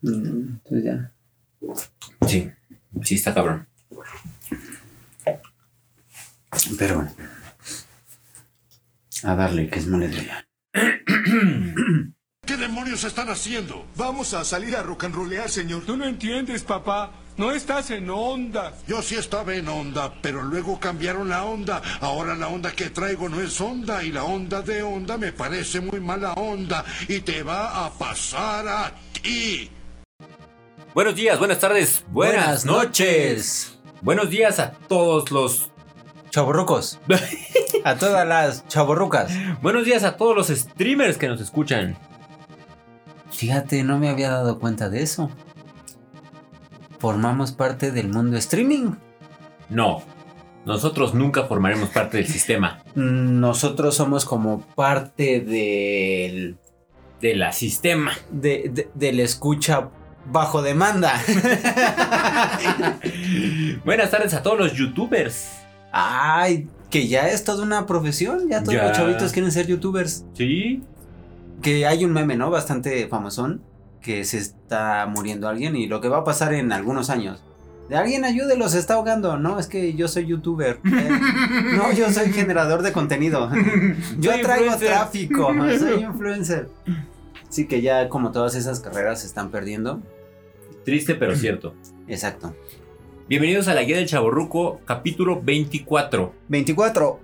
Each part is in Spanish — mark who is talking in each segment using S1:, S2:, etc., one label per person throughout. S1: Pues
S2: Sí, está cabrón.
S3: Pero bueno. A darle, que es mala idea.
S4: ¿Qué demonios están haciendo?
S5: Vamos a salir a rock and rollear, señor.
S6: Tú no entiendes, papá. No estás en onda.
S4: Yo sí estaba en onda, pero luego cambiaron la onda. Ahora la onda que traigo no es onda y la onda de onda me parece muy mala onda y te va a pasar a ti.
S2: Buenos días, buenas tardes, buenas, noches. Buenos días a todos los.
S1: Chaborrucos. A todas las chaborrucas.
S2: Buenos días a todos los streamers que nos escuchan.
S1: Fíjate, no me había dado cuenta de eso. Formamos parte del mundo streaming.
S2: No, nosotros nunca formaremos parte del sistema.
S1: Nosotros somos como parte del.
S2: De la sistema.
S1: de- de- del escucha bajo demanda.
S2: Buenas tardes a todos los youtubers.
S1: Ay, que ya es toda una profesión. Ya todos
S2: Ya.
S1: los chavitos quieren ser youtubers.
S2: Sí.
S1: Que hay un meme, ¿no? Bastante famosón. Que se está muriendo alguien y lo que va a pasar en algunos años. De alguien ayúdelo, se está ahogando. No, es que yo soy youtuber. Eh, no, yo soy generador de contenido. Yo
S2: Soy
S1: traigo
S2: influencer.
S1: tráfico. Soy influencer. Así que ya como todas esas carreras se están perdiendo.
S2: Triste pero cierto.
S1: Exacto.
S2: Bienvenidos a la guía del Chaborruco, capítulo 24.
S1: 24.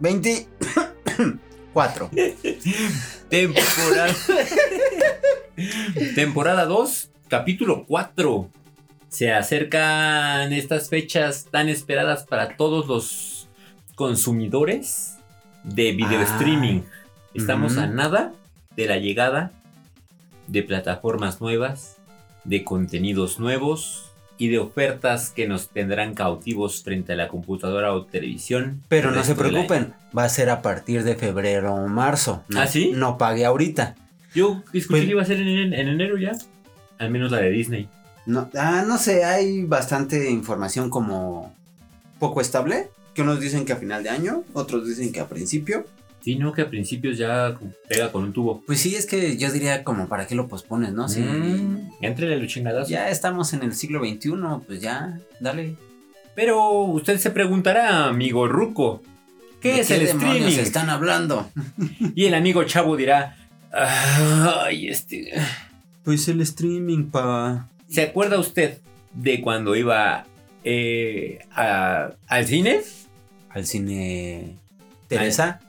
S1: 24.
S2: Temporada. Temporada 2, capítulo 4. Se acercan estas fechas tan esperadas para todos los consumidores de video
S1: Ah.
S2: streaming. Estamos
S1: Ujú.
S2: a nada de la llegada de plataformas nuevas, de contenidos nuevos y de ofertas que nos tendrán cautivos frente a la computadora o televisión.
S1: Pero
S2: el
S1: no se
S2: resto del año.
S1: preocupen, va a ser a partir de febrero o marzo. No,
S2: ¿Ah, sí?
S1: No pague ahorita.
S2: Yo escuché
S1: Pues-
S2: que iba a ser en, en- en enero ya. Al menos la de Disney.
S1: No, ah, no sé, hay bastante información como poco estable, que unos dicen que a final de año, otros dicen que a principio.
S2: Sí, no, que a principios ya pega con un tubo.
S1: Pues sí, es que yo diría como para qué lo pospones, ¿no? Sí.
S2: Mm, Entre la luchingadazo.
S1: Ya estamos en el siglo XXI, pues ya, dale.
S2: Pero usted se preguntará, amigo Ruco, ¿qué
S1: ¿De
S2: es el
S1: demonios
S2: streaming?
S1: están hablando?
S2: Y el amigo Chavo dirá, ay, este...
S1: Pues el streaming, pa.
S2: ¿Se acuerda usted de cuando iba eh, a- al cine?
S1: Al cine. Teresa.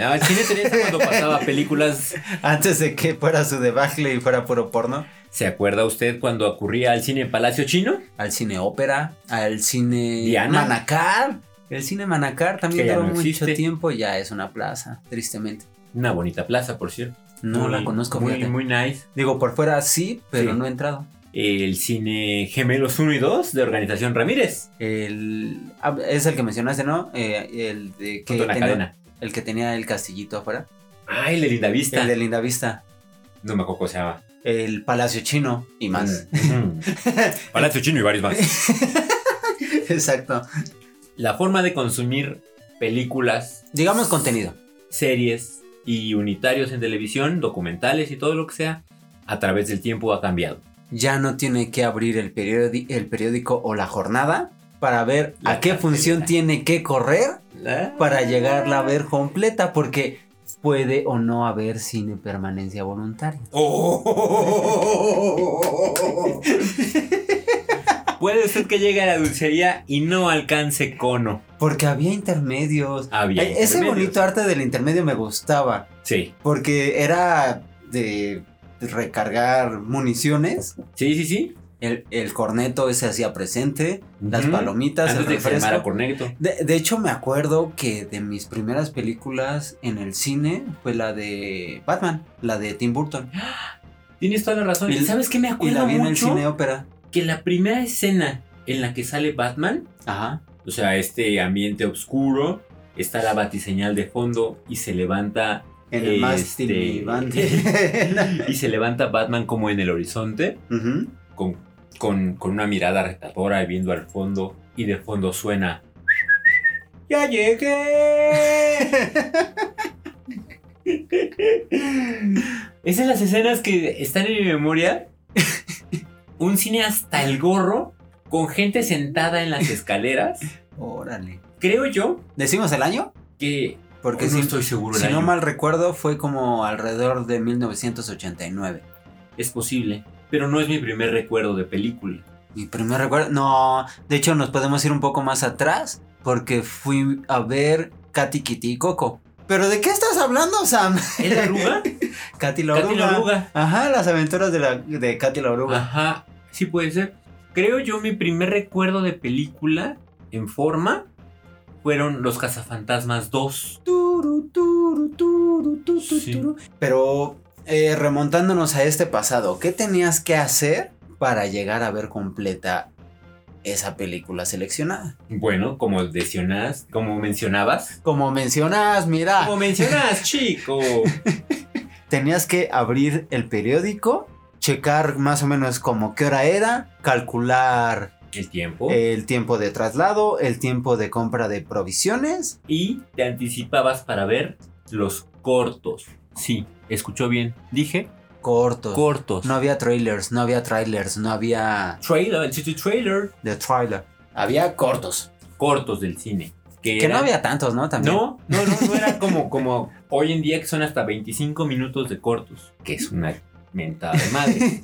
S2: Al cine Teresa cuando pasaba películas.
S1: Antes de que fuera su debacle y fuera puro porno.
S2: ¿Se acuerda usted cuando ocurría al cine Palacio Chino?
S1: al cine ópera, al cine
S2: Diana.
S1: Manacar. El cine Manacar también
S2: Que ya
S1: duró
S2: no
S1: mucho
S2: existe.
S1: tiempo, ya es una plaza, tristemente.
S2: Una bonita plaza, por cierto.
S1: No
S2: Muy-
S1: la conozco,
S2: muy,
S1: fíjate.
S2: muy nice.
S1: Digo, por fuera sí, pero
S2: Sí.
S1: no he entrado.
S2: el cine Gemelos 1 y 2 de Organización Ramírez.
S1: El, ah, es el que mencionaste, ¿no? Eh, el, de que
S2: Junto a la
S1: tenía-
S2: cadena.
S1: el que tenía el castillito afuera.
S2: Ay, la linda vista.
S1: El de Linda Vista.
S2: No me acuerdo cómo se llama.
S1: El Palacio Chino y más.
S2: Mm. Palacio Chino y varios más. Mm.
S1: Exacto.
S2: La forma de consumir películas,
S1: Digamos contenido.
S2: series y unitarios en televisión, documentales y todo lo que sea, a través del tiempo ha cambiado.
S1: Ya no tiene que abrir el, periodi- el periódico o la jornada para ver
S2: La
S1: a qué función
S2: cartelera.
S1: tiene que correr para llegarla a ver completa, porque puede o no haber cine permanencia voluntaria.
S2: Oh. Puede ser que llegue a la dulcería y no alcance cono. Ah,
S1: Porque había intermedios.
S2: Había
S1: Eh, Ese
S2: intermedios.
S1: bonito arte del intermedio me gustaba,
S2: Sí,
S1: porque era de recargar municiones.
S2: sí, sí, sí.
S1: El, el corneto se hacía presente, las
S2: Ujú.
S1: palomitas,
S2: Antes
S1: el
S2: de que se llamara
S1: refresco.
S2: Cornetto.
S1: De, de hecho, me acuerdo que de mis primeras películas en el cine fue la de Batman, la de Tim Burton.
S2: Tienes toda la razón.
S1: Y-
S2: ¿Y sabes qué me
S1: Y la
S2: acuerdo
S1: vi en el
S2: Ah, mucho?
S1: cine ópera.
S2: Que la primera escena en la que sale Batman,
S1: Ajá.
S2: o sea, este ambiente oscuro, está la batiseñal de fondo y se levanta
S1: En el más
S2: Este-
S1: timidante.
S2: y se levanta Batman como en el horizonte
S1: Ujú.
S2: con, con, con una mirada retadora y viendo al fondo y de fondo suena ¡Ya llegué! Esas son las escenas que están en mi memoria. Un cine hasta el gorro con gente sentada en las escaleras.
S1: Órale.
S2: Creo yo
S1: ¿Decimos el año?
S2: que.
S1: Porque
S2: no
S1: si,
S2: estoy seguro. el
S1: si no
S2: año.
S1: mal recuerdo fue como alrededor de 1989.
S2: Es posible. Pero no es mi primer recuerdo de película.
S1: Mi primer recuerdo, no, de hecho nos podemos ir un poco más atrás porque fui a ver Katy Kitty y Coco. ¿Pero de qué estás hablando, Sam?
S2: ¿Es la oruga?
S1: Katy la
S2: Katy la
S1: Oruga.
S2: oruga.
S1: Ajá, las aventuras de, la, de Katy la Oruga.
S2: Ajá. Sí puede ser. Creo yo mi primer recuerdo de película en forma fueron Los Cazafantasmas 2.
S1: Turu, turu, turu, tu, tu,
S2: Sí.
S1: turu. Pero eh, remontándonos a este pasado, ¿qué tenías que hacer para llegar a ver completa esa película seleccionada?
S2: Bueno, como mencionas, como mencionabas.
S1: Como mencionas, mira,
S2: Como mencionas, chico.
S1: tenías que abrir el periódico, checar más o menos como qué hora era, calcular
S2: El tiempo.
S1: el tiempo de traslado, el tiempo de compra de provisiones.
S2: y te anticipabas para ver los cortos. Sí, escuchó bien. Dije
S1: Cortos.
S2: cortos.
S1: no había trailers, no había trailers, no había
S2: Trailer, el sitio trailer.
S1: de trailer. Había cortos.
S2: Cortos del cine. Que,
S1: Que no
S2: eran-
S1: había tantos, ¿no? También.
S2: No, no, no, no era como, como hoy en día que son hasta 25 minutos de cortos. Que es una mentada de madre.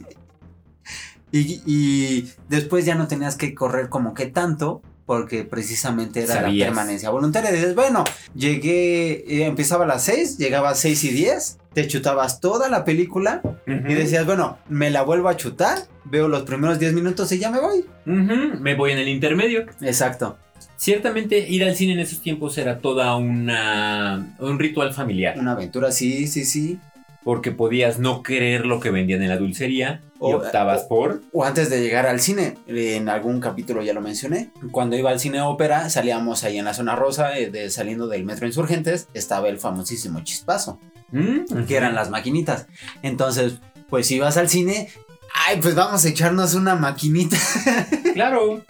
S1: Y, y después ya no tenías que correr como que tanto, porque precisamente era
S2: Sabías.
S1: la permanencia voluntaria. Dices, bueno, llegué, eh, empezaba a las 6, llegaba a 6 y 10, te chutabas toda la película y decías, bueno, me la vuelvo a chutar, veo los primeros 10 minutos y ya me voy.
S2: Ujú, Me voy en el intermedio.
S1: Exacto.
S2: Ciertamente ir al cine en esos tiempos era toda una un ritual familiar.
S1: Una aventura, sí, sí, sí.
S2: Porque podías no querer lo que vendían en la dulcería y
S1: O-
S2: optabas
S1: o-
S2: por.
S1: O antes de llegar al cine, en algún capítulo ya lo mencioné, cuando iba al cine ópera salíamos ahí en la zona rosa, eh, de- saliendo del metro Insurgentes, estaba el famosísimo chispazo.
S2: ¿Mm?
S1: que eran las maquinitas. Entonces, pues si vas al cine, ay, pues vamos a echarnos una maquinita.
S2: Claro.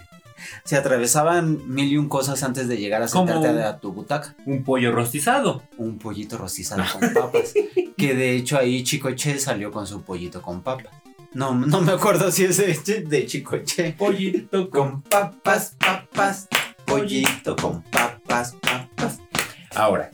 S1: Se atravesaban mil y un cosas antes de llegar a
S2: Como
S1: sentarte
S2: un-
S1: a, a tu butaca.
S2: un pollo rostizado.
S1: Un pollito rostizado con papas. Que de hecho ahí Chicoche salió con su pollito con papas. No, no me acuerdo si es de, de Chicoche.
S2: Pollito
S1: Con papas, papas, pollito con papas, papas.
S2: Ahora,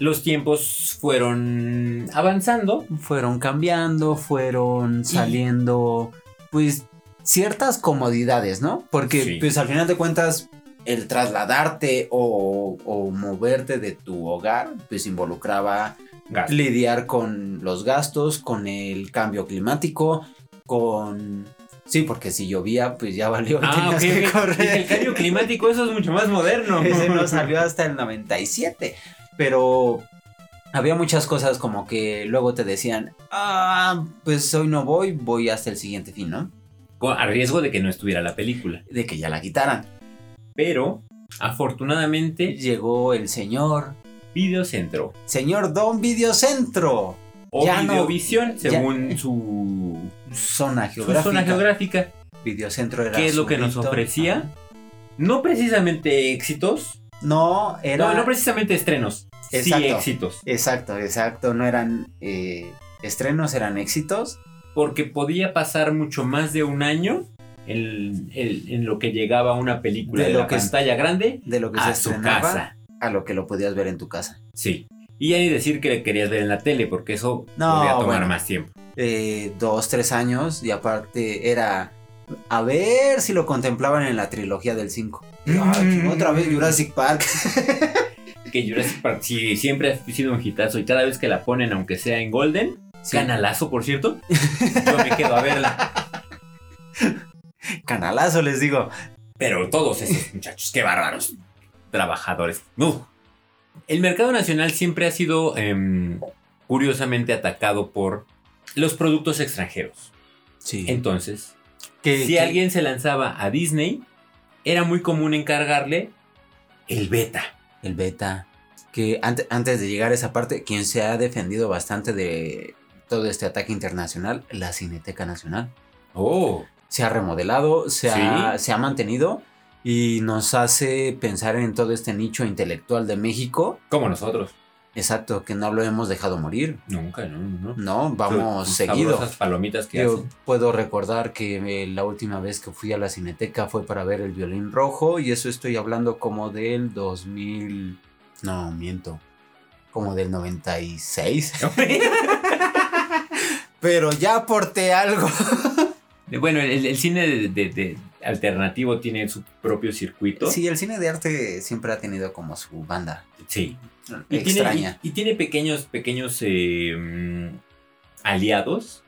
S2: los tiempos fueron avanzando.
S1: fueron cambiando, fueron saliendo, pues ciertas comodidades, ¿no? Porque
S2: Sí.
S1: pues al final de cuentas el trasladarte o, o moverte de tu hogar, pues involucraba
S2: Gas.
S1: lidiar con los gastos, con el cambio climático, con... Sí, porque si llovía, pues ya valió.
S2: Ah, ok.
S1: tenías que
S2: ok.
S1: correr.
S2: Dije, El cambio climático, eso es mucho más moderno.
S1: Ese no salió hasta el 97. Pero había muchas cosas como que luego te decían, ah, pues hoy no voy, voy hasta el siguiente fin, ¿no?
S2: Con- A riesgo de que no estuviera la película.
S1: De que ya la quitaran.
S2: Pero, afortunadamente,
S1: Llegó el señor,
S2: Videocentro.
S1: señor Don Videocentro.
S2: O
S1: Ya no-
S2: Videovisión,
S1: ya-
S2: según su,
S1: Zona
S2: su
S1: geográfica.
S2: zona geográfica.
S1: Videocentro era.
S2: ¿Qué es lo que nos
S1: solito.
S2: ofrecía? No precisamente éxitos.
S1: No, era.
S2: No, no precisamente estrenos. Sí,
S1: Exacto.
S2: éxitos.
S1: Exacto, exacto. No eran eh, estrenos, eran éxitos.
S2: porque podía pasar mucho más de un año en, en- en lo que llegaba una película
S1: De
S2: de,
S1: lo
S2: la
S1: que-
S2: pantalla grande
S1: De lo que se
S2: a su
S1: estrenaba
S2: casa.
S1: a lo que lo podías ver en tu casa.
S2: Sí. Y ya ni decir que le querías ver en la tele, porque eso
S1: No,
S2: podía tomar
S1: bueno.
S2: más tiempo.
S1: eh, dos, tres años y aparte era a ver si lo contemplaban en la trilogía del 5.
S2: Mm.
S1: Otra vez Jurassic Park.
S2: Que Jurassic Park sí, siempre ha sido un hitazo y cada vez que la ponen, aunque sea en Golden, canalazo, por cierto, yo me quedo a verla.
S1: Canalazo les digo.
S2: Pero todos esos muchachos, qué bárbaros. Trabajadores. No. El mercado nacional siempre ha sido em, curiosamente atacado por los productos extranjeros.
S1: Sí.
S2: Entonces,
S1: Que,
S2: si
S1: Eh, que-
S2: alguien se lanzaba a Disney, era muy común encargarle el beta.
S1: El beta. Que ante- antes de llegar a esa parte, quien se ha defendido bastante de todo este ataque internacional, la Cineteca Nacional.
S2: Oh,
S1: Se ha remodelado, se, ha, se ha mantenido y nos hace pensar en todo este nicho intelectual de México
S2: como nosotros.
S1: Exacto, que no lo hemos dejado morir.
S2: Nunca, no, no. no.
S1: No, vamos
S2: Sus
S1: seguido.
S2: sabrosas palomitas que
S1: Yo
S2: hacen.
S1: puedo recordar que eh, la última vez que fui a la Cineteca fue para ver el violín rojo y eso estoy hablando como del 2000... No, miento. Como del 96. Pero ya aporté algo.
S2: Bueno, el, el cine de, de- de alternativo tiene su propio circuito.
S1: Sí, el cine de arte siempre ha tenido como su banda
S2: Sí. Y
S1: extraña.
S2: Tiene, y, y tiene pequeños, pequeños eh, mm, aliados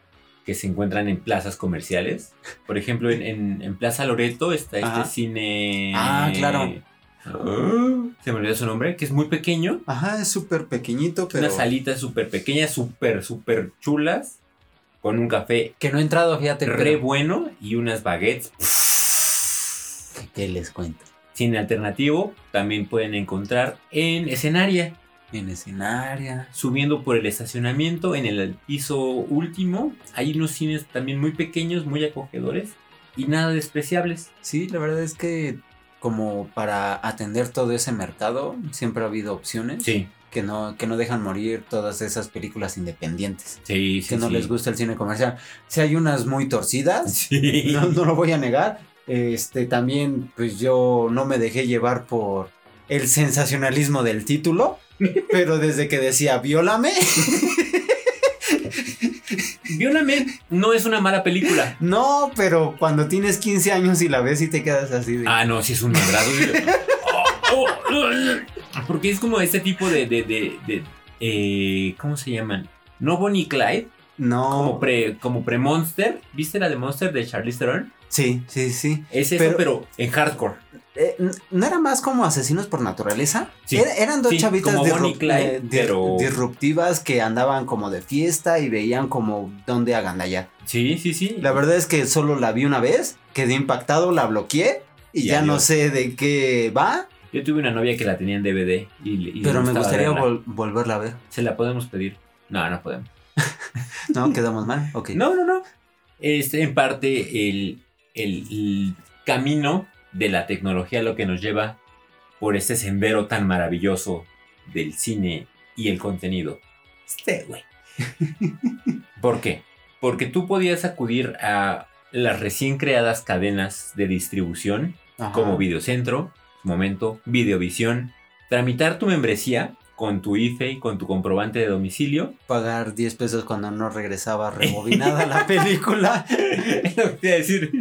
S2: que se encuentran en plazas comerciales. Por ejemplo, en, en- en Plaza Loreto está
S1: Ajá.
S2: este cine.
S1: Ah, claro.
S2: Ah, Se me olvidó su nombre, que es muy pequeño.
S1: Ajá, es súper pequeñito, pero...
S2: Unas salitas súper pequeñas, súper, súper chulas. Con un café
S1: Que no he entrado, fíjate.
S2: re
S1: pero-
S2: bueno y unas baguettes.
S1: ¿Qué les cuento?
S2: Cine alternativo también pueden encontrar en escenaria.
S1: En escenario.
S2: subiendo por el estacionamiento en el piso último. Hay unos cines también muy pequeños, muy acogedores y nada despreciables.
S1: Sí, la verdad es que como para atender todo ese mercado siempre ha habido opciones
S2: Sí,
S1: que no que no dejan morir todas esas películas independientes
S2: sí, sí.
S1: que no
S2: sí.
S1: les gusta el cine comercial. Si hay unas muy torcidas,
S2: Sí.
S1: no, no lo voy a negar. Este también pues yo no me dejé llevar por el sensacionalismo del título, pero desde que decía viólame,
S2: Viólame no es una mala película.
S1: no, pero cuando tienes 15 años y la ves y te quedas así de
S2: Ah, no, sí es un madrazo. Oh, oh, Porque es como este tipo de. de, de- de, eh, ¿Cómo se llaman? No Bonnie y Clyde, como
S1: no.
S2: pre, como pre Monster. ¿Viste la de Monster de Charlize Theron?
S1: Sí, sí, sí.
S2: Es eso,
S1: Pero-
S2: pero en hardcore.
S1: Eh, n- ¿No era más como asesinos por naturaleza?
S2: Sí.
S1: Era- eran dos
S2: Sí,
S1: chavitas
S2: como Bonnie
S1: disrup-
S2: y Clyde,
S1: eh, dis-
S2: pero-
S1: disruptivas que andaban como de fiesta y veían como dónde agandallar.
S2: Sí, sí, sí.
S1: La verdad es que solo la vi una vez, quedé impactado, la bloqueé y,
S2: Y
S1: ya no
S2: adiós.
S1: sé de qué va,
S2: Yo tuve una novia que la tenía en DVD y, y
S1: pero me
S2: gustaba
S1: gustaría
S2: verla.
S1: vol- volverla a ver.
S2: Se la podemos pedir. No, no podemos.
S1: No, quedamos mal. Ok.
S2: No, no, no. Es en parte el, el- el camino de la tecnología lo que nos lleva por este sendero tan maravilloso del cine y el contenido. Este güey. ¿Por qué? Porque tú podías acudir a las recién creadas cadenas de distribución
S1: Ajá.
S2: como Videocentro, Momento, Videovisión, tramitar tu membresía con tu IFE y con tu comprobante de domicilio.
S1: Pagar 10 pesos cuando no regresaba rebobinada la película.
S2: Es lo que te iba a decir.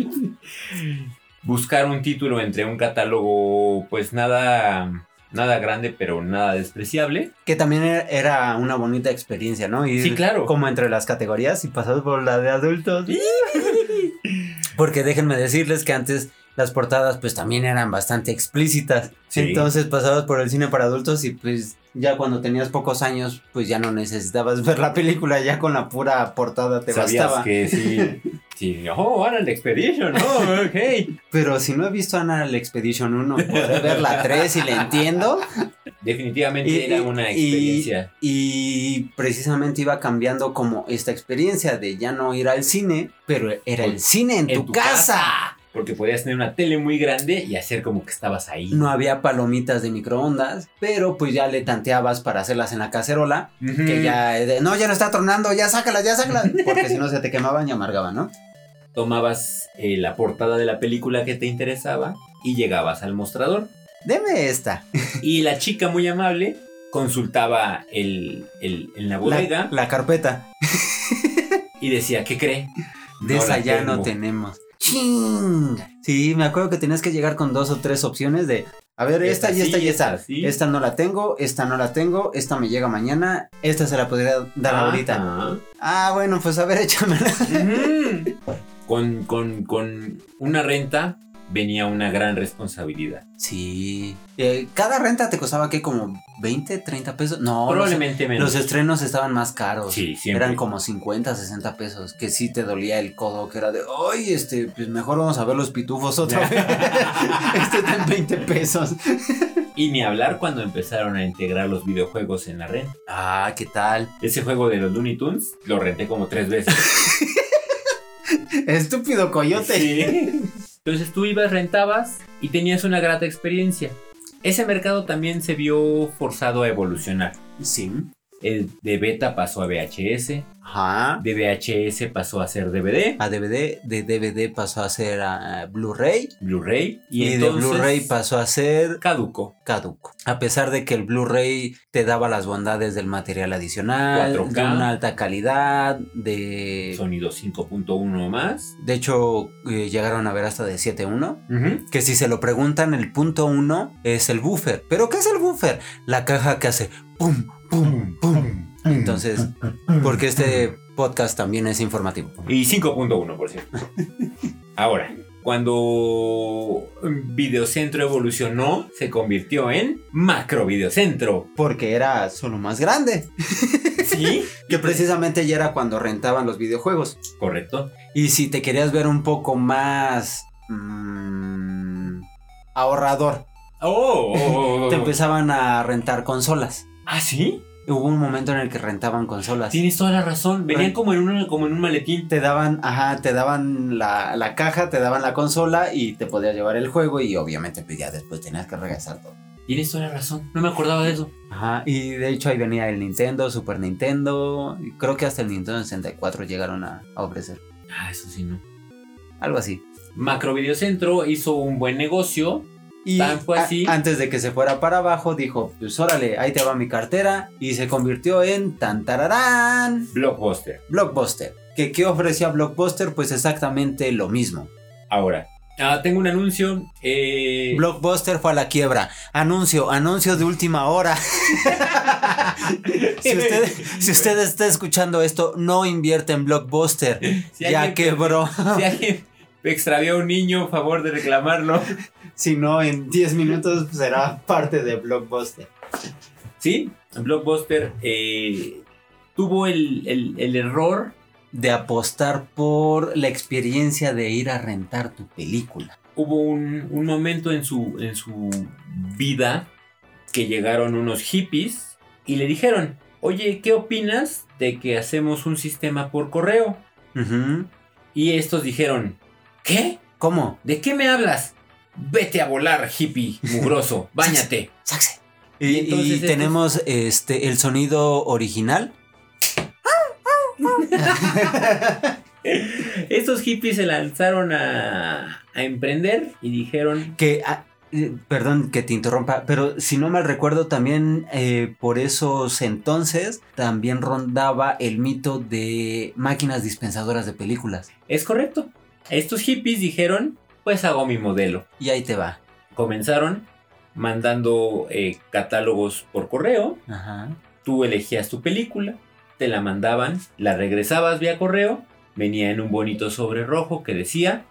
S2: Buscar un título entre un catálogo, pues nada, nada grande, pero nada despreciable.
S1: Que también era- era una bonita experiencia, ¿no? Ir
S2: Sí, claro.
S1: Como entre las categorías y pasar por la de adultos. Porque déjenme decirles que antes las portadas pues también eran bastante explícitas.
S2: Sí.
S1: Entonces pasabas por el cine para adultos y pues ya cuando tenías pocos años pues ya no necesitabas ver la película, ya con la pura portada te
S2: Sabías
S1: bastaba.
S2: que sí. sí. Oh, Arnold Expedition, oh, ok.
S1: Pero si no he visto Anal Expedition 1, podré ver la 3 y la entiendo.
S2: Definitivamente
S1: Y-
S2: era una
S1: y-
S2: experiencia.
S1: Y precisamente iba cambiando como esta experiencia de ya no ir al cine, pero era el cine en, tu, casa.
S2: Porque podías tener una tele muy grande y hacer como que estabas ahí.
S1: No había palomitas de microondas, pero pues ya le tanteabas para hacerlas en la cacerola,
S2: Ujú.
S1: que ya, eh, de, no, ya no está tornando, ya sácalas, ya sácalas, porque si no se te quemaban y amargaban, ¿no?
S2: tomabas eh, la portada de la película que te interesaba y llegabas al mostrador.
S1: Deme esta.
S2: Y la chica muy amable consultaba el, el- en la
S1: La,
S2: bodega
S1: la carpeta.
S2: y decía, ¿qué cree?
S1: De
S2: No
S1: esa
S2: la
S1: ya
S2: tengo.
S1: no tenemos. ¡Ching! Sí, me acuerdo que tenías que llegar con dos o tres opciones de, a ver, esta,
S2: Esta
S1: y esta
S2: sí,
S1: y esta.
S2: esta sí.
S1: Esta no la tengo, esta no la tengo, esta me llega mañana, esta se la podría dar ahorita.
S2: Ajá.
S1: Ah, bueno, pues a ver, échamela.
S2: Ujú. con, con- con una renta venía una gran responsabilidad.
S1: Sí. Eh, Cada renta te costaba que como 20, 30 pesos. No, los-
S2: Probablemente menos.
S1: Los estrenos estaban más caros.
S2: Sí, siempre.
S1: Eran como 50, 60 pesos. Que sí te dolía el codo, que era de, ¡ay! Este, pues mejor vamos a ver los pitufos otra vez. este está en 20 pesos.
S2: Y ni hablar cuando empezaron a integrar los videojuegos en la renta.
S1: Ah, ¿qué tal?
S2: Ese juego de los Looney Tunes lo renté como tres veces.
S1: Estúpido coyote.
S2: Sí. Entonces tú ibas, rentabas y tenías una grata experiencia. Ese mercado también se vio forzado a evolucionar.
S1: Sí.
S2: El de beta pasó a VHS.
S1: Ajá.
S2: De VHS pasó a ser DVD,
S1: A DVD, de DVD pasó a ser a Blu-ray.
S2: Blu-ray.
S1: Y,
S2: Y, entonces,
S1: de Blu-ray pasó a ser
S2: caduco.
S1: caduco. A pesar de que el Blu-ray te daba las bondades del material adicional,
S2: 4K.
S1: de una alta calidad, de...
S2: Sonido 5.1 más.
S1: De hecho, eh, llegaron a ver hasta de 7.1. Que si se lo preguntan, el punto 1 es el buffer. ¿Pero qué es el buffer? La caja que hace pum, pum, pum. Entonces, porque este podcast también es informativo.
S2: Y 5.1, por cierto. Ahora, cuando Videocentro evolucionó, se convirtió en Macro Videocentro.
S1: Porque era solo más grande.
S2: ¿Sí?
S1: Que precisamente ya era cuando rentaban los videojuegos.
S2: Correcto.
S1: Y si te querías ver un poco más... mm, ahorrador,
S2: Oh, oh, oh,
S1: te
S2: oh.
S1: empezaban a rentar consolas.
S2: ¿Ah, sí?
S1: Hubo un momento en el que rentaban consolas.
S2: Tienes toda la razón. Venían
S1: Right.
S2: como en, una, como en un maletín.
S1: te daban, ajá, te daban la, la caja, te daban la consola y te podías llevar el juego y obviamente pues ya después tenías que regresar todo.
S2: Tienes toda la razón. No me acordaba de eso.
S1: Ajá, y de hecho ahí venía el Nintendo, Super Nintendo, y creo que hasta el Nintendo 64 llegaron a, a ofrecer,
S2: Ah, eso sí, no.
S1: algo así.
S2: Macro Videocentro hizo un buen negocio.
S1: Y
S2: Tan fue
S1: a-
S2: así.
S1: antes de que se fuera para abajo dijo, pues órale, ahí te va mi cartera y se convirtió en tan tararán,
S2: Blockbuster.
S1: Blockbuster. ¿Que, ¿Qué ofrecía Blockbuster? Pues exactamente lo mismo.
S2: Ahora, ah, tengo un anuncio. eh,
S1: Blockbuster fue a la quiebra. Anuncio, anuncio de última hora. si, usted, si usted está escuchando esto, no invierte en Blockbuster.
S2: si
S1: Ya
S2: alguien-
S1: quebró.
S2: Si alguien extravió a un niño, favor de reclamarlo.
S1: si no, en 10 minutos será parte de Blockbuster.
S2: Sí, Blockbuster eh, tuvo el, el- el error.
S1: De apostar por la experiencia de ir a rentar tu película.
S2: Hubo un, un momento en su, en su vida que llegaron unos hippies y le dijeron, oye, ¿qué opinas de que hacemos un sistema por correo? Y estos dijeron, ¿qué?
S1: ¿Cómo?
S2: ¿De qué me hablas? Vete a volar, hippie, mugroso, báñate.
S1: Saxe. Y,
S2: Y entonces
S1: y
S2: estos-
S1: tenemos este, el sonido original.
S2: Estos hippies se lanzaron a, a emprender y dijeron,
S1: Que, ah, eh, perdón que te interrumpa, pero si no mal recuerdo, también eh, por esos entonces también rondaba el mito de máquinas dispensadoras de películas.
S2: es correcto. Estos hippies dijeron, pues hago mi modelo.
S1: Y ahí te va.
S2: Comenzaron mandando eh, catálogos por correo,
S1: Ajá.
S2: tú elegías tu película, te la mandaban, la regresabas vía correo, venía en un bonito sobre rojo que decía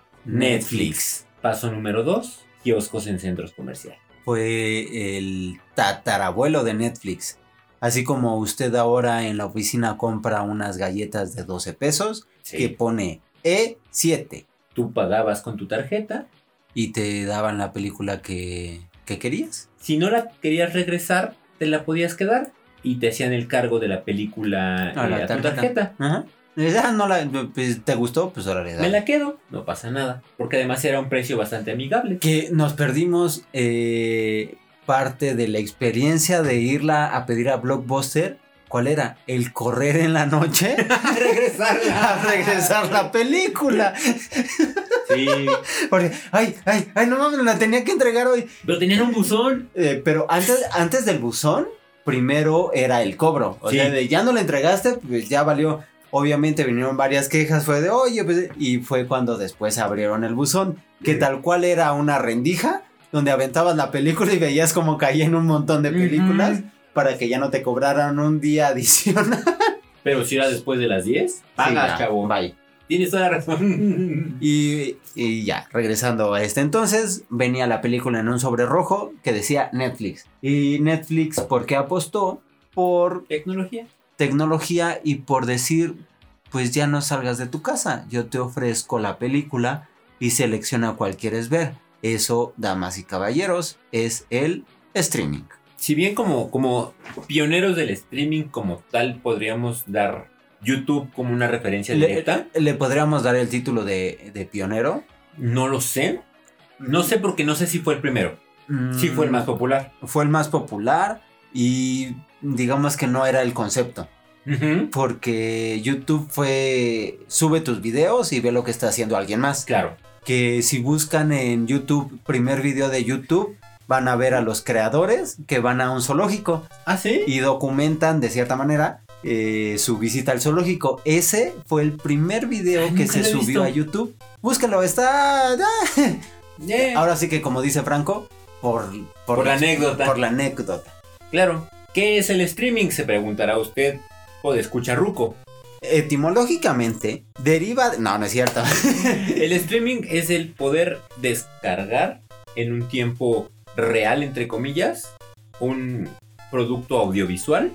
S2: Netflix. Paso número 2, kioscos en centros comerciales.
S1: Fue el tatarabuelo de Netflix. Así como usted ahora en la oficina compra unas galletas de 12 pesos
S2: Sí.
S1: que pone E E7
S2: Tú pagabas con tu tarjeta,
S1: y te daban la película que, que querías.
S2: si no la querías regresar, te la podías quedar y te hacían el cargo de la película
S1: A
S2: eh,
S1: la
S2: a tu
S1: tarjeta.
S2: tarjeta.
S1: Ajá. Ah, no la, pues, ¿Te gustó? Pues ahora le
S2: Me
S1: dale.
S2: la quedo, no pasa nada, porque además era un precio bastante amigable.
S1: que nos perdimos eh, parte de la experiencia de irla a pedir a Blockbuster. ¿Cuál era? El correr en la noche
S2: Regresarla.
S1: a regresar la película.
S2: Sí,
S1: Porque, ay, ay, ay, no mames, la tenía que entregar hoy.
S2: pero tenían un buzón.
S1: Eh, pero antes, antes del buzón, primero era el cobro. O
S2: Sí.
S1: sea, de ya no la entregaste, pues ya valió. Obviamente vinieron varias quejas, fue de, oye, pues, y fue cuando después abrieron el buzón, que tal cual era una rendija donde aventabas la película y veías como caía en un montón de películas
S2: Ujú.
S1: para que ya no te cobraran un día adicional.
S2: Pero si era después de las 10, pagas,
S1: Sí, ya,
S2: chavo.
S1: bye.
S2: Tienes toda la razón.
S1: Y, y ya, regresando a este entonces, venía la película en un sobre rojo que decía Netflix. Y Netflix, ¿por qué apostó? Por
S2: Tecnología.
S1: tecnología y por decir, pues ya no salgas de tu casa, yo te ofrezco la película y selecciona cuál quieres ver. Eso, damas y caballeros, es el streaming.
S2: Si bien como, como pioneros del streaming como tal podríamos dar YouTube como una referencia
S1: Le,
S2: directa,
S1: le podríamos dar el título de, de pionero.
S2: no lo sé.
S1: Mm,
S2: Mm. No sé porque no sé si fue el primero. Sí fue el más popular.
S1: Fue el más popular Y digamos que no era el concepto.
S2: Ujú,
S1: Porque YouTube fue. Sube tus videos y ve lo que está haciendo alguien más.
S2: Claro.
S1: Que si buscan en YouTube, primer video de YouTube, van a ver a los creadores que van a un zoológico.
S2: ¿Ah, sí?
S1: y documentan de cierta manera eh, su visita al zoológico. Ese fue el primer video
S2: Ay,
S1: que
S2: Ah, nunca
S1: se
S2: lo he
S1: subió
S2: visto.
S1: a YouTube. Búscalo, está.
S2: Eh,
S1: Ahora sí que, como dice Franco, por,
S2: Por la anécdota.
S1: Por la anécdota.
S2: Claro. ¿Qué es el streaming? Se preguntará usted. O de escucha Ruco.
S1: Etimológicamente, deriva. de- No, no es cierto.
S2: El streaming es el poder descargar en un tiempo real, entre comillas, un producto audiovisual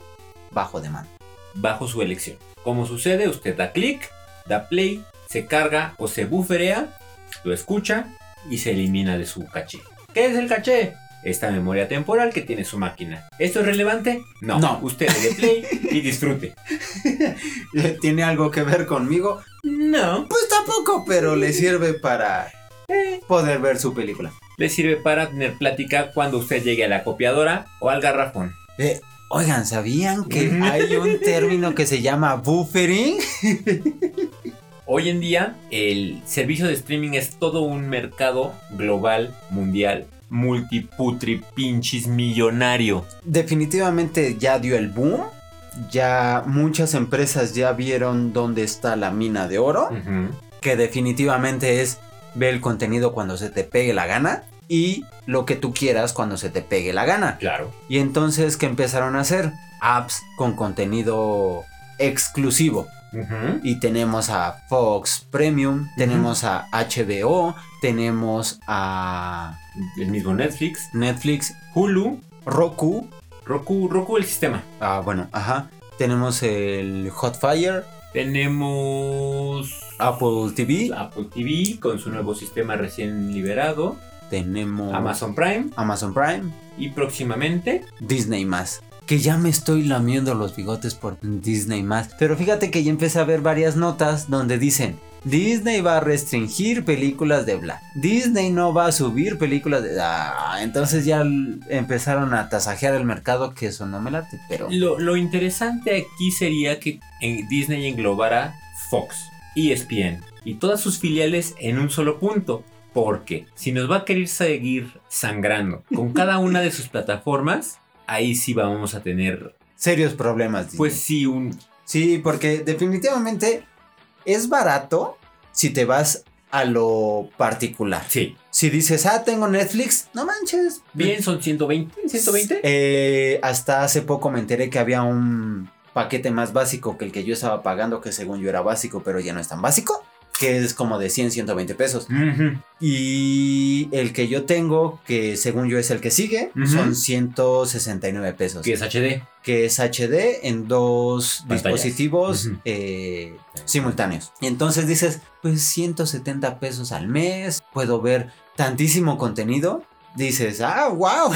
S1: Bajo demanda.
S2: bajo su elección. Como sucede, usted da clic, da play, se carga o se buferea, lo escucha y se elimina de su caché. ¿Qué es el caché? Esta memoria temporal que tiene su máquina. ¿Esto es relevante? No.
S1: No.
S2: Usted le dé play y disfrute.
S1: ¿Tiene algo que ver conmigo?
S2: No.
S1: Pues tampoco, pero le sirve para poder ver su película.
S2: Le sirve para tener plática cuando usted llegue a la copiadora o al garrafón.
S1: Eh, oigan, ¿sabían que hay un término que se llama buffering?
S2: Hoy en día, el servicio de streaming es todo un mercado global, mundial, multiputri, pinches, millonario.
S1: definitivamente ya dio el boom. Ya muchas empresas ya vieron dónde está la mina de oro.
S2: Ujú.
S1: Que definitivamente es ve el contenido cuando se te pegue la gana. Y lo que tú quieras cuando se te pegue la gana.
S2: Claro.
S1: Y entonces, ¿qué empezaron a hacer? Apps con contenido exclusivo.
S2: Ujú.
S1: Y tenemos a Fox Premium, tenemos a HBO, tenemos a
S2: el mismo Netflix,
S1: Netflix,
S2: Hulu,
S1: Roku,
S2: Roku, Roku el sistema.
S1: Ah, bueno, ajá. Tenemos el Hotfire,
S2: Tenemos
S1: Apple TV,
S2: Apple TV con su nuevo sistema recién liberado,
S1: tenemos
S2: Amazon Prime
S1: Amazon Prime,
S2: y próximamente
S1: Disney más. Que ya me estoy lamiendo los bigotes por Disney más. Pero fíjate que ya empecé a ver varias notas donde dicen Disney va a restringir películas de bla. Disney no va a subir películas de. Ah, entonces ya l- empezaron a tasajear el mercado que eso no me late, pero.
S2: lo, lo interesante aquí sería que en Disney englobara Fox, E ESPN y todas sus filiales en un solo punto. Porque si nos va a querer seguir sangrando con cada una de sus plataformas, ahí sí vamos a tener,
S1: Serios problemas, Disney.
S2: pues sí, un...
S1: Sí, porque definitivamente es barato si te vas a lo particular.
S2: Sí,
S1: Si dices, ah, tengo Netflix, no manches.
S2: bien, son 120, 120.
S1: Eh, hasta hace poco me enteré que había un paquete más básico que el que yo estaba pagando, que según yo era básico, pero ya no es tan básico, que es como de 100, 120 pesos.
S2: Ujú.
S1: Y el que yo tengo, que según yo es el que sigue,
S2: Ujú.
S1: son 169 pesos.
S2: que es HD.
S1: que es HD en dos
S2: Pantallas.
S1: dispositivos
S2: Ujú.
S1: eh, simultáneos. Y entonces dices, pues 170 pesos al mes, puedo ver tantísimo contenido. Dices, ah, wow.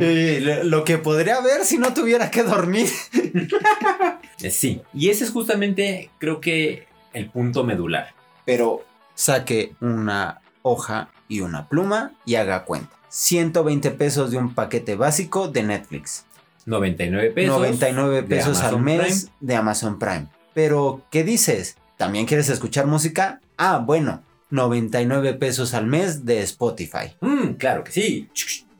S1: Eh, lo- lo que podría ver si no tuviera que dormir.
S2: Eh, Sí, y ese es justamente, creo que, el punto medular.
S1: Pero saque una hoja y una pluma y haga cuenta. 120 pesos de un paquete básico de Netflix.
S2: 99 pesos.
S1: 99
S2: de
S1: pesos al
S2: Amazon
S1: mes de Amazon Prime. Pero, ¿qué dices? ¿También quieres escuchar música? Ah, bueno, 99 pesos al mes de Spotify.
S2: Mm, claro que sí.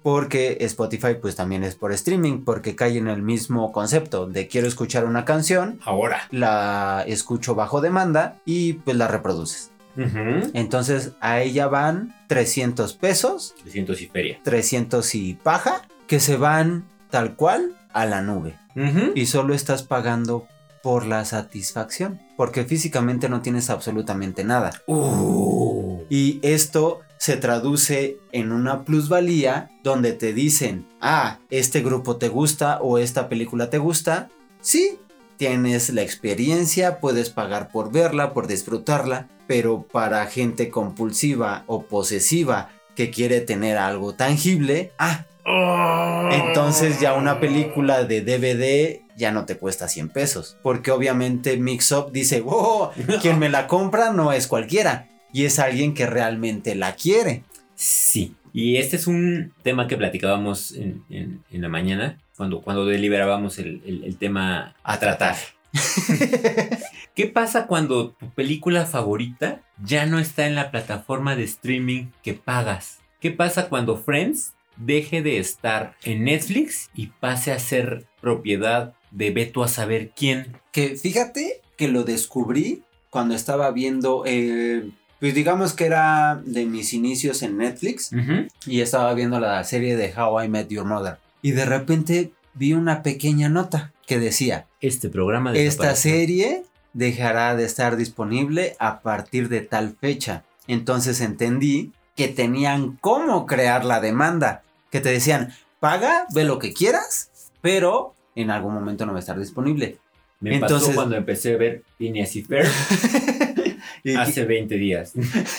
S1: Porque Spotify pues también es por streaming, porque cae en el mismo concepto de quiero escuchar una canción,
S2: Ahora.
S1: la escucho bajo demanda y pues la reproduces.
S2: Ujú.
S1: Entonces a ella van 300 pesos,
S2: 300 y feria.
S1: 300 y paja, que se van tal cual a la nube.
S2: Ujú.
S1: y solo estás pagando por la satisfacción, porque físicamente no tienes absolutamente nada.
S2: Uh.
S1: Y esto se traduce en una plusvalía donde te dicen, ah, este grupo te gusta o esta película te gusta, sí, tienes la experiencia, puedes pagar por verla, por disfrutarla, pero para gente compulsiva o posesiva que quiere tener algo tangible, ah, entonces ya una película de DVD ya no te cuesta 100 pesos. Porque obviamente Mix Up dice, "Oh, wow, quien me la compra no es cualquiera. Y es alguien que realmente la quiere.
S2: Sí. Y este es un tema que platicábamos en, en- en la mañana, cuando, cuando deliberábamos el, el- el tema a tratar. ¿Qué pasa cuando tu película favorita ya no está en la plataforma de streaming que pagas? ¿Qué pasa cuando Friends deje de estar en Netflix y pase a ser propiedad de Beto a saber quién?
S1: Que fíjate que lo descubrí cuando estaba viendo, eh, pues digamos que era de mis inicios en Netflix
S2: Ujú.
S1: y estaba viendo la serie de How I Met Your Mother. Y de repente vi una pequeña nota que decía,
S2: Este programa de
S1: esta serie dejará de estar disponible a partir de tal fecha. Entonces entendí que tenían cómo crear la demanda, que te decían, paga, ve lo que quieras, pero en algún momento no va a estar disponible.
S2: Me pasó
S1: Entonces-
S2: cuando empecé a ver Phineas y Ferb
S1: Y-
S2: hace 20 días.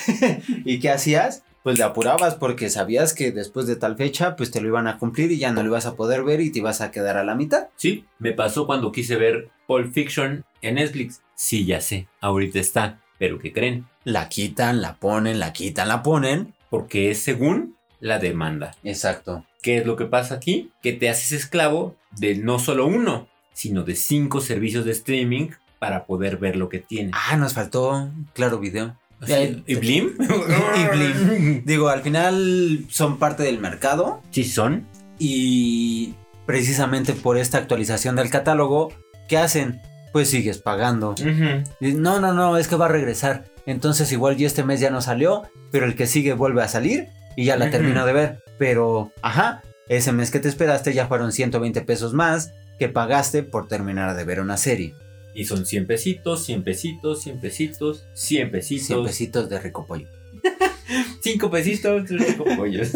S1: ¿Y qué hacías? Pues le apurabas porque sabías que después de tal fecha pues te lo iban a cumplir y ya no lo ibas a poder ver y te ibas a quedar a la mitad.
S2: Sí, me pasó cuando quise ver Pulp Fiction en Netflix. Sí, ya sé, ahorita está, pero ¿qué creen?
S1: La quitan, la ponen, la quitan, la ponen.
S2: Porque es según la demanda.
S1: Exacto.
S2: ¿Qué es lo que pasa aquí? Que te haces esclavo de no solo uno, sino de cinco servicios de streaming para poder ver lo que tiene.
S1: Ah, nos faltó, claro, video. eh,
S2: ¿Y Blim?
S1: Y Blim. Digo, al final son parte del mercado
S2: Sí, son.
S1: y precisamente por esta actualización del catálogo, ¿qué hacen? Pues sigues pagando. Y, No, no, no, es que va a regresar. Entonces igual y este mes ya no salió, pero el que sigue vuelve a salir y ya la
S2: Ujú.
S1: termino de ver. Pero, ajá, ese mes que te esperaste ya fueron 120 pesos más que pagaste por terminar de ver una serie.
S2: Y son 100 pesitos, 100 pesitos, 100 pesitos, 100 pesitos.
S1: 100 pesitos de rico pollo.
S2: Cinco pesitos, cinco pollos.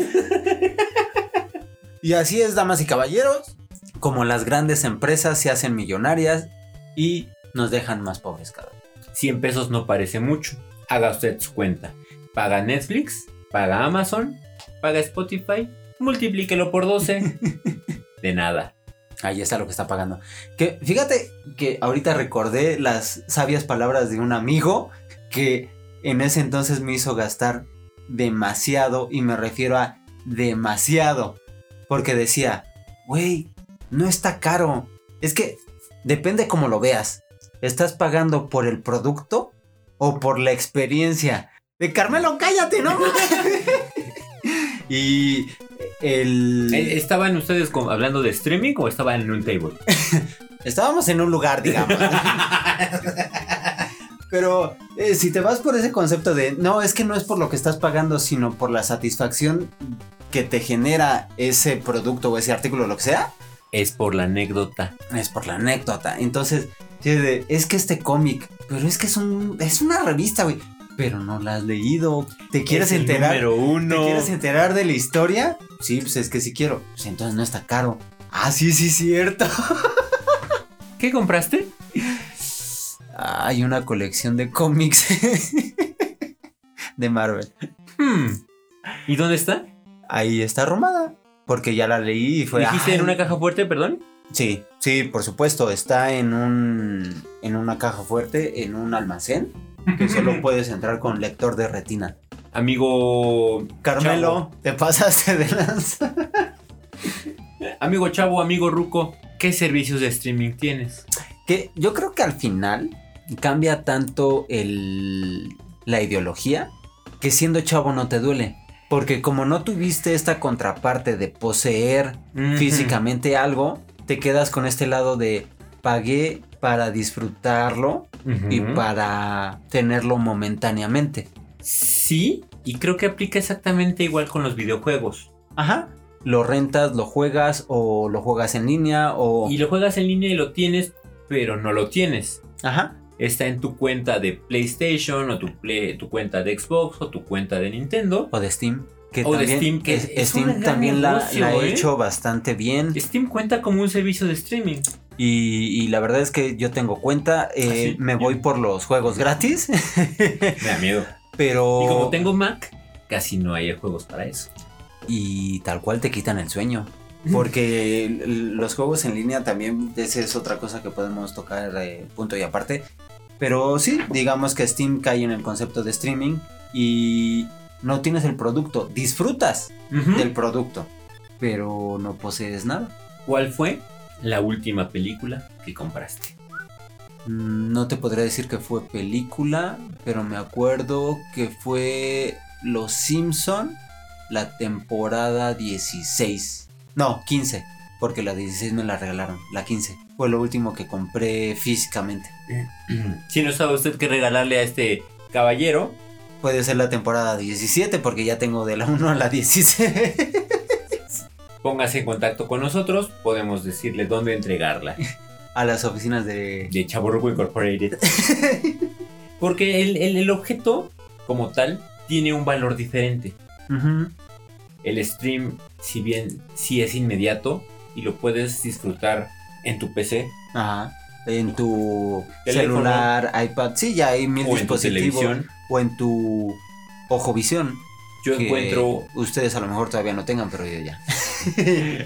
S1: Y así es, damas y caballeros, como las grandes empresas se hacen millonarias y nos dejan más pobres cada vez.
S2: 100 pesos no parece mucho. Haga usted su cuenta. Paga Netflix, paga Amazon, paga Spotify, multiplíquelo por 12. De nada.
S1: Ahí está lo que está pagando. Que fíjate que ahorita recordé las sabias palabras de un amigo que en ese entonces me hizo gastar demasiado y me refiero a demasiado. Porque decía, güey, no está caro. Es que depende cómo lo veas. ¿Estás pagando por el producto o por la experiencia? De Carmelo, cállate, ¿no? y el...
S2: Eh, ¿Estaban ustedes con- hablando de streaming o estaban en un table?
S1: Estábamos en un lugar, digamos. Pero eh, si te vas por ese concepto de, no, es que no es por lo que estás pagando, sino por la satisfacción que te genera ese producto o ese artículo, lo que sea,
S2: Es por la anécdota.
S1: es por la anécdota. Entonces, sí, de, es que este cómic, pero es que es, un, es una revista, güey. Pero no la has leído. ¿Te quieres
S2: Es el
S1: enterar?
S2: Número uno.
S1: ¿Te quieres enterar de la historia? Sí, pues es que sí quiero. Pues entonces no está caro. Ah, sí, sí, cierto.
S2: ¿Qué compraste?
S1: Hay una colección de cómics de Marvel.
S2: Hmm. ¿Y dónde está?
S1: Ahí está arrumada. Porque ya la leí y fue.
S2: ¿Dijiste
S1: "Ay".
S2: en una caja fuerte, perdón?
S1: Sí, sí, por supuesto. Está en un. en una caja fuerte, en un almacén. Que solo puedes entrar con lector de retina.
S2: Amigo.
S1: Carmelo, te pasaste de lanza.
S2: chavo, amigo chavo, amigo ruco, ¿qué servicios de streaming tienes?
S1: Que yo creo que al final cambia tanto el, la ideología que siendo chavo no te duele. Porque como no tuviste esta contraparte de poseer físicamente algo, te quedas con este lado de pagué para disfrutarlo
S2: Ujú.
S1: y para tenerlo momentáneamente.
S2: Sí, y creo que aplica exactamente igual con los videojuegos.
S1: Ajá. Lo rentas, lo juegas o lo juegas en línea o...
S2: Y lo juegas en línea y lo tienes, pero no lo tienes.
S1: Ajá.
S2: Está en tu cuenta de PlayStation o tu, Play- tu cuenta de Xbox o tu cuenta de Nintendo.
S1: O de Steam. Que
S2: O de
S1: también,
S2: Steam, que
S1: es-
S2: es un
S1: Steam
S2: gran
S1: también la,
S2: negocio,
S1: la ha
S2: ¿eh?
S1: hecho bastante bien.
S2: Steam cuenta como un servicio de streaming.
S1: Y, y la verdad es que yo tengo cuenta, eh,
S2: Ah, sí.
S1: me voy por los juegos gratis,
S2: Me da miedo.
S1: pero...
S2: Y como tengo Mac, casi no hay juegos para eso.
S1: y tal cual te quitan el sueño. Porque l- l- los juegos en línea también, esa es otra cosa que podemos tocar eh, punto y aparte. Pero sí, digamos que Steam cae en el concepto de streaming y no tienes el producto, disfrutas
S2: Ujú.
S1: del producto, pero no posees nada.
S2: ¿Cuál fue la última película que compraste?
S1: Mm, No te podría decir que fue película, pero me acuerdo que fue Los Simpson, la temporada 16. No, 15, porque la 16 me la regalaron, la 15. Fue lo último que compré físicamente.
S2: Si no sabe usted qué regalarle a este caballero,
S1: Puede ser la temporada 17, porque ya tengo de la 1 a la 16.
S2: póngase en contacto con nosotros. Podemos decirle dónde entregarla.
S1: a las oficinas de...
S2: de Chaborruco Incorporated. Porque el, el- el objeto, como tal, tiene un valor diferente.
S1: Ujú.
S2: El stream, si bien sí es inmediato y lo puedes disfrutar en tu PC
S1: Ajá. En tu
S2: Teléfono.
S1: celular, iPad. Sí, ya hay mil
S2: o en tu
S1: dispositivos.
S2: televisión,
S1: o en tu ojo visión.
S2: yo
S1: que
S2: encuentro
S1: Ustedes a lo mejor todavía no tengan, pero yo ya.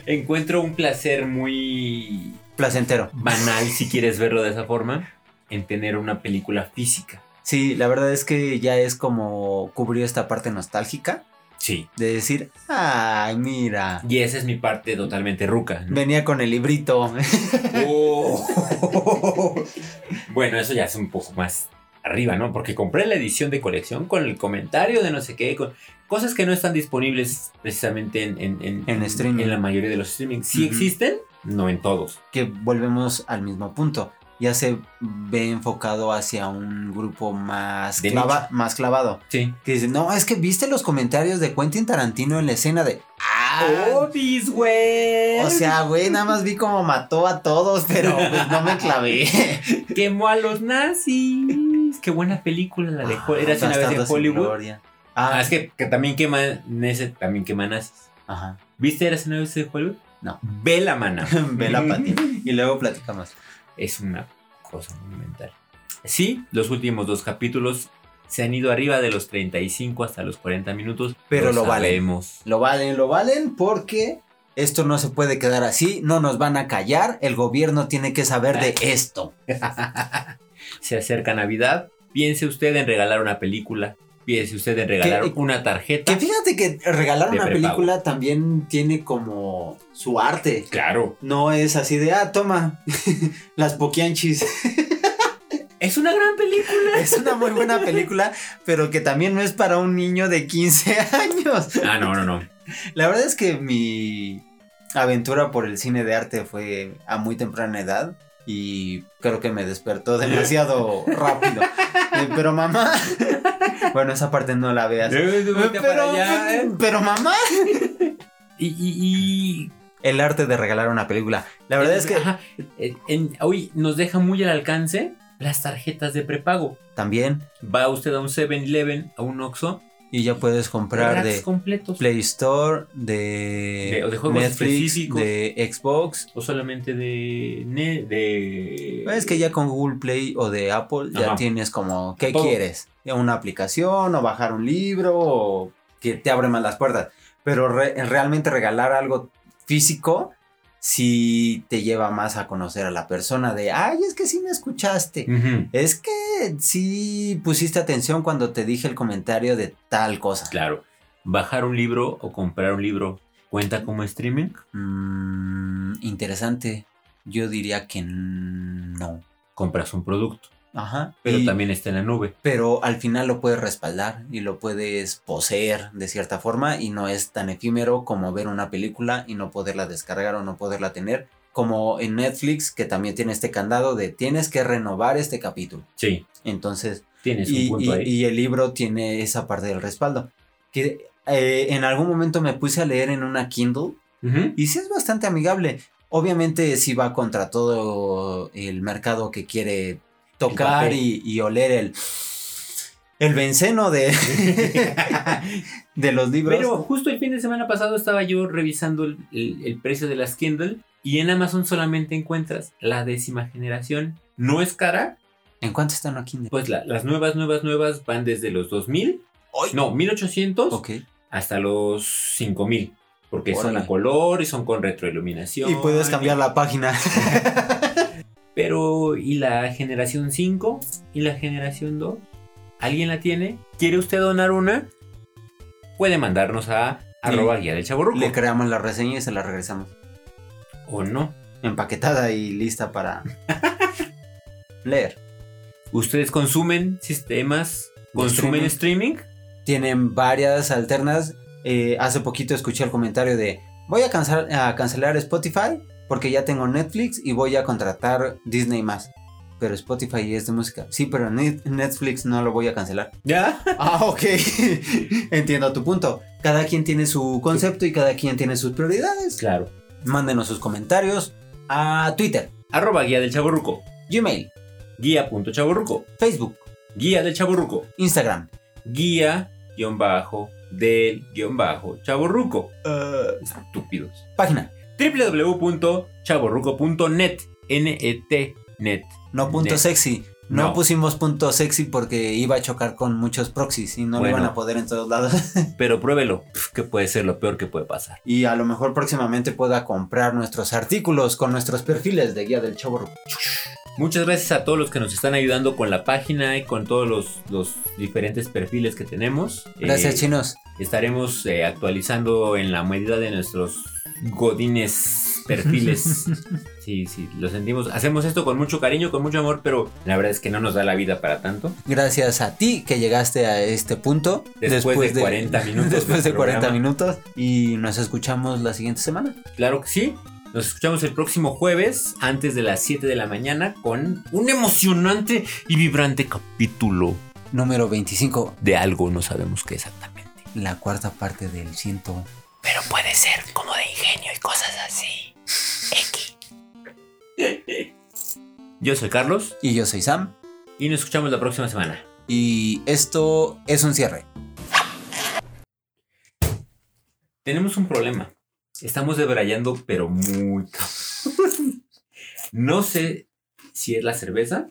S2: encuentro un placer muy
S1: Placentero.
S2: banal, si quieres verlo de esa forma, en tener una película física.
S1: Sí, la verdad es que ya es como cubrió esta parte nostálgica
S2: Sí.
S1: de decir, ay, mira,
S2: Y esa es mi parte totalmente ruca. ¿no?
S1: venía con el librito.
S2: Oh. bueno, eso ya es un poco más arriba, ¿no? Porque compré la edición de colección con el comentario de no sé qué, con cosas que no están disponibles precisamente en, en, en-
S1: En streaming.
S2: en la mayoría de los streamings. Sí
S1: Ujú.
S2: existen, no en todos.
S1: que volvemos al mismo punto. Ya se ve enfocado hacia un grupo más,
S2: De
S1: clava- más clavado.
S2: Sí.
S1: Que dice, no, es que viste los comentarios de Quentin Tarantino en la escena de... ¡Ah!
S2: ¡Obis, güey!
S1: O sea, güey, nada más vi cómo mató a todos, pero pues, no me clavé.
S2: quemó a los nazis. Qué buena película la de Ho- Érase una vez en
S1: Ah, Bastardos sin
S2: Hollywood.
S1: Gloria.
S2: Ah,
S1: Ah,
S2: es que, que también quema en ese, también quema nazis.
S1: ajá.
S2: ¿Viste Érase una vez en Hollywood?
S1: No.
S2: Ve la mana.
S1: Ve la pati. Y luego platicamos.
S2: es una cosa monumental. Sí, los últimos dos capítulos se han ido arriba de los 35 hasta los 40 minutos,
S1: Pero lo valen.
S2: valemos.
S1: Lo valen, lo valen porque esto no se puede quedar así. No nos van a callar. El gobierno tiene que saber de esto.
S2: Se acerca Navidad, piense usted en regalar una película, piense usted en regalar
S1: Que-
S2: una tarjeta.
S1: Que fíjate que regalar
S2: De
S1: una
S2: prepago.
S1: película también tiene como su arte.
S2: Claro,
S1: No es así de, ah, toma, las poquianchis.
S2: es una gran película.
S1: Es una muy buena película, pero que también no es para un niño de 15 años.
S2: Ah, no, no, no.
S1: La verdad es que mi aventura por el cine de arte fue a muy temprana edad y creo que me despertó demasiado rápido. Eh, Pero mamá, bueno, esa parte no la veas.
S2: Vete para
S1: Pero,
S2: allá, ¿eh?
S1: pero mamá,
S2: Y, y- y-
S1: el arte de regalar una película. La verdad es que
S2: Ajá, en- en- hoy nos deja muy al alcance las tarjetas de prepago.
S1: también
S2: Va usted a un 7-Eleven, a un Oxxo,
S1: y ya puedes comprar
S2: racks
S1: de
S2: completos.
S1: Play Store, de,
S2: De- o de juegos
S1: Netflix,
S2: específicos.
S1: de Xbox.
S2: o solamente de ne- de
S1: Ah, Es que ya con Google Play o de Apple ya
S2: Ajá.
S1: tienes como, ¿qué
S2: Todo.
S1: quieres? ¿Una aplicación o bajar un libro o que te abre más las puertas? Pero re- realmente regalar algo físico sí te lleva más a conocer a la persona de, ay, es que sí me escuchaste.
S2: Ujú,
S1: Es que sí pusiste atención cuando te dije el comentario de tal cosa.
S2: claro bajar un libro o comprar un libro cuenta como streaming
S1: Mm, interesante. Yo diría que no.
S2: compras un producto
S1: Ajá.
S2: pero
S1: Y-
S2: también está en la nube
S1: pero al final lo puedes respaldar y lo puedes poseer de cierta forma y no es tan efímero como ver una película y no poderla descargar o no poderla tener, como en Netflix que también tiene este candado de tienes que renovar este capítulo.
S2: sí
S1: Entonces,
S2: tienes
S1: y,
S2: un punto
S1: y-
S2: ahí
S1: y el libro tiene esa parte del respaldo. Que eh, en algún momento me puse a leer en una Kindle
S2: Ujú,
S1: y sí es bastante amigable. Obviamente sí va contra todo el mercado que quiere tocar
S2: papel.
S1: y, y oler el, el benceno de, de los libros.
S2: pero justo el fin de semana pasado estaba yo revisando el, el- el precio de las Kindle y en Amazon solamente encuentras la décima generación no es cara
S1: ¿En cuánto están aquí?
S2: pues la- las nuevas nuevas nuevas van desde los 2000
S1: Ay.
S2: no 1800
S1: Ok.
S2: hasta los 5000. Porque son
S1: Órale.
S2: a color y son con retroiluminación.
S1: Y puedes cambiar la página.
S2: Pero, ¿y la generación 5? ¿Y la generación 2? ¿Alguien la tiene? ¿Quiere usted donar una? puede mandarnos a arroba guía del chavorruco.
S1: Le creamos la reseña y se la regresamos.
S2: O no.
S1: Empaquetada y lista para leer.
S2: ¿Ustedes consumen sistemas? ¿Consumen streaming?
S1: Tienen varias alternas. Eh, hace poquito escuché el comentario de voy a, cansar- a cancelar Spotify porque ya tengo Netflix y voy a contratar Disney más. Pero Spotify es de música. Sí, pero Net- Netflix no lo voy a cancelar.
S2: ¿Ya?
S1: Ah, ok. Entiendo tu punto. Cada quien tiene su concepto y cada quien tiene sus prioridades.
S2: Claro.
S1: Mándenos sus comentarios a Twitter,
S2: Arroba guía del chavorruco.
S1: Gmail,
S2: Guía.chavorruco.
S1: Facebook,
S2: Guía del chavorruco.
S1: Instagram.
S2: Guía guión bajo del guión bajo chavorruco.
S1: Eh,
S2: Estúpidos.
S1: Página.
S2: www.chavorruco.net. N-E-T. E Net.
S1: No punto
S2: Net.
S1: sexy. No,
S2: No.
S1: pusimos punto sexy porque iba a chocar con muchos proxies y no lo
S2: Bueno.
S1: iban a poder en todos lados.
S2: Pero pruébelo, pf, que puede ser lo peor que puede pasar.
S1: Y a lo mejor próximamente pueda comprar nuestros artículos con nuestros perfiles de guía del chavo. Ruco.
S2: Muchas gracias a todos los que nos están ayudando con la página y con todos los, los diferentes perfiles que tenemos.
S1: Gracias,
S2: Eh,
S1: chinos.
S2: Estaremos eh, actualizando en la medida de nuestros godines perfiles. sí, sí, lo sentimos. Hacemos esto con mucho cariño, con mucho amor, pero la verdad es que no nos da la vida para tanto.
S1: Gracias a ti que llegaste a este punto.
S2: Después de 40 minutos
S1: Después
S2: del
S1: de 40
S2: programa.
S1: minutos. Y nos escuchamos la siguiente semana.
S2: Claro que sí. Nos escuchamos el próximo jueves, antes de las 7 de la mañana, con un emocionante y vibrante capítulo
S1: Número 25.
S2: de algo, no sabemos qué exactamente.
S1: La cuarta parte del ciento.
S2: Pero puede ser como de ingenio y cosas así. X. Yo soy Carlos
S1: Y yo soy Sam.
S2: y nos escuchamos la próxima semana.
S1: Y esto es un cierre.
S2: Tenemos un problema. Estamos debrayando, pero muy cabrón. No sé si es la cerveza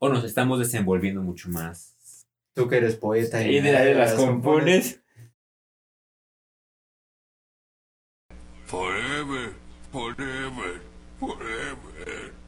S2: o nos estamos desenvolviendo mucho más.
S1: Tú que eres poeta
S4: Forever, forever, forever.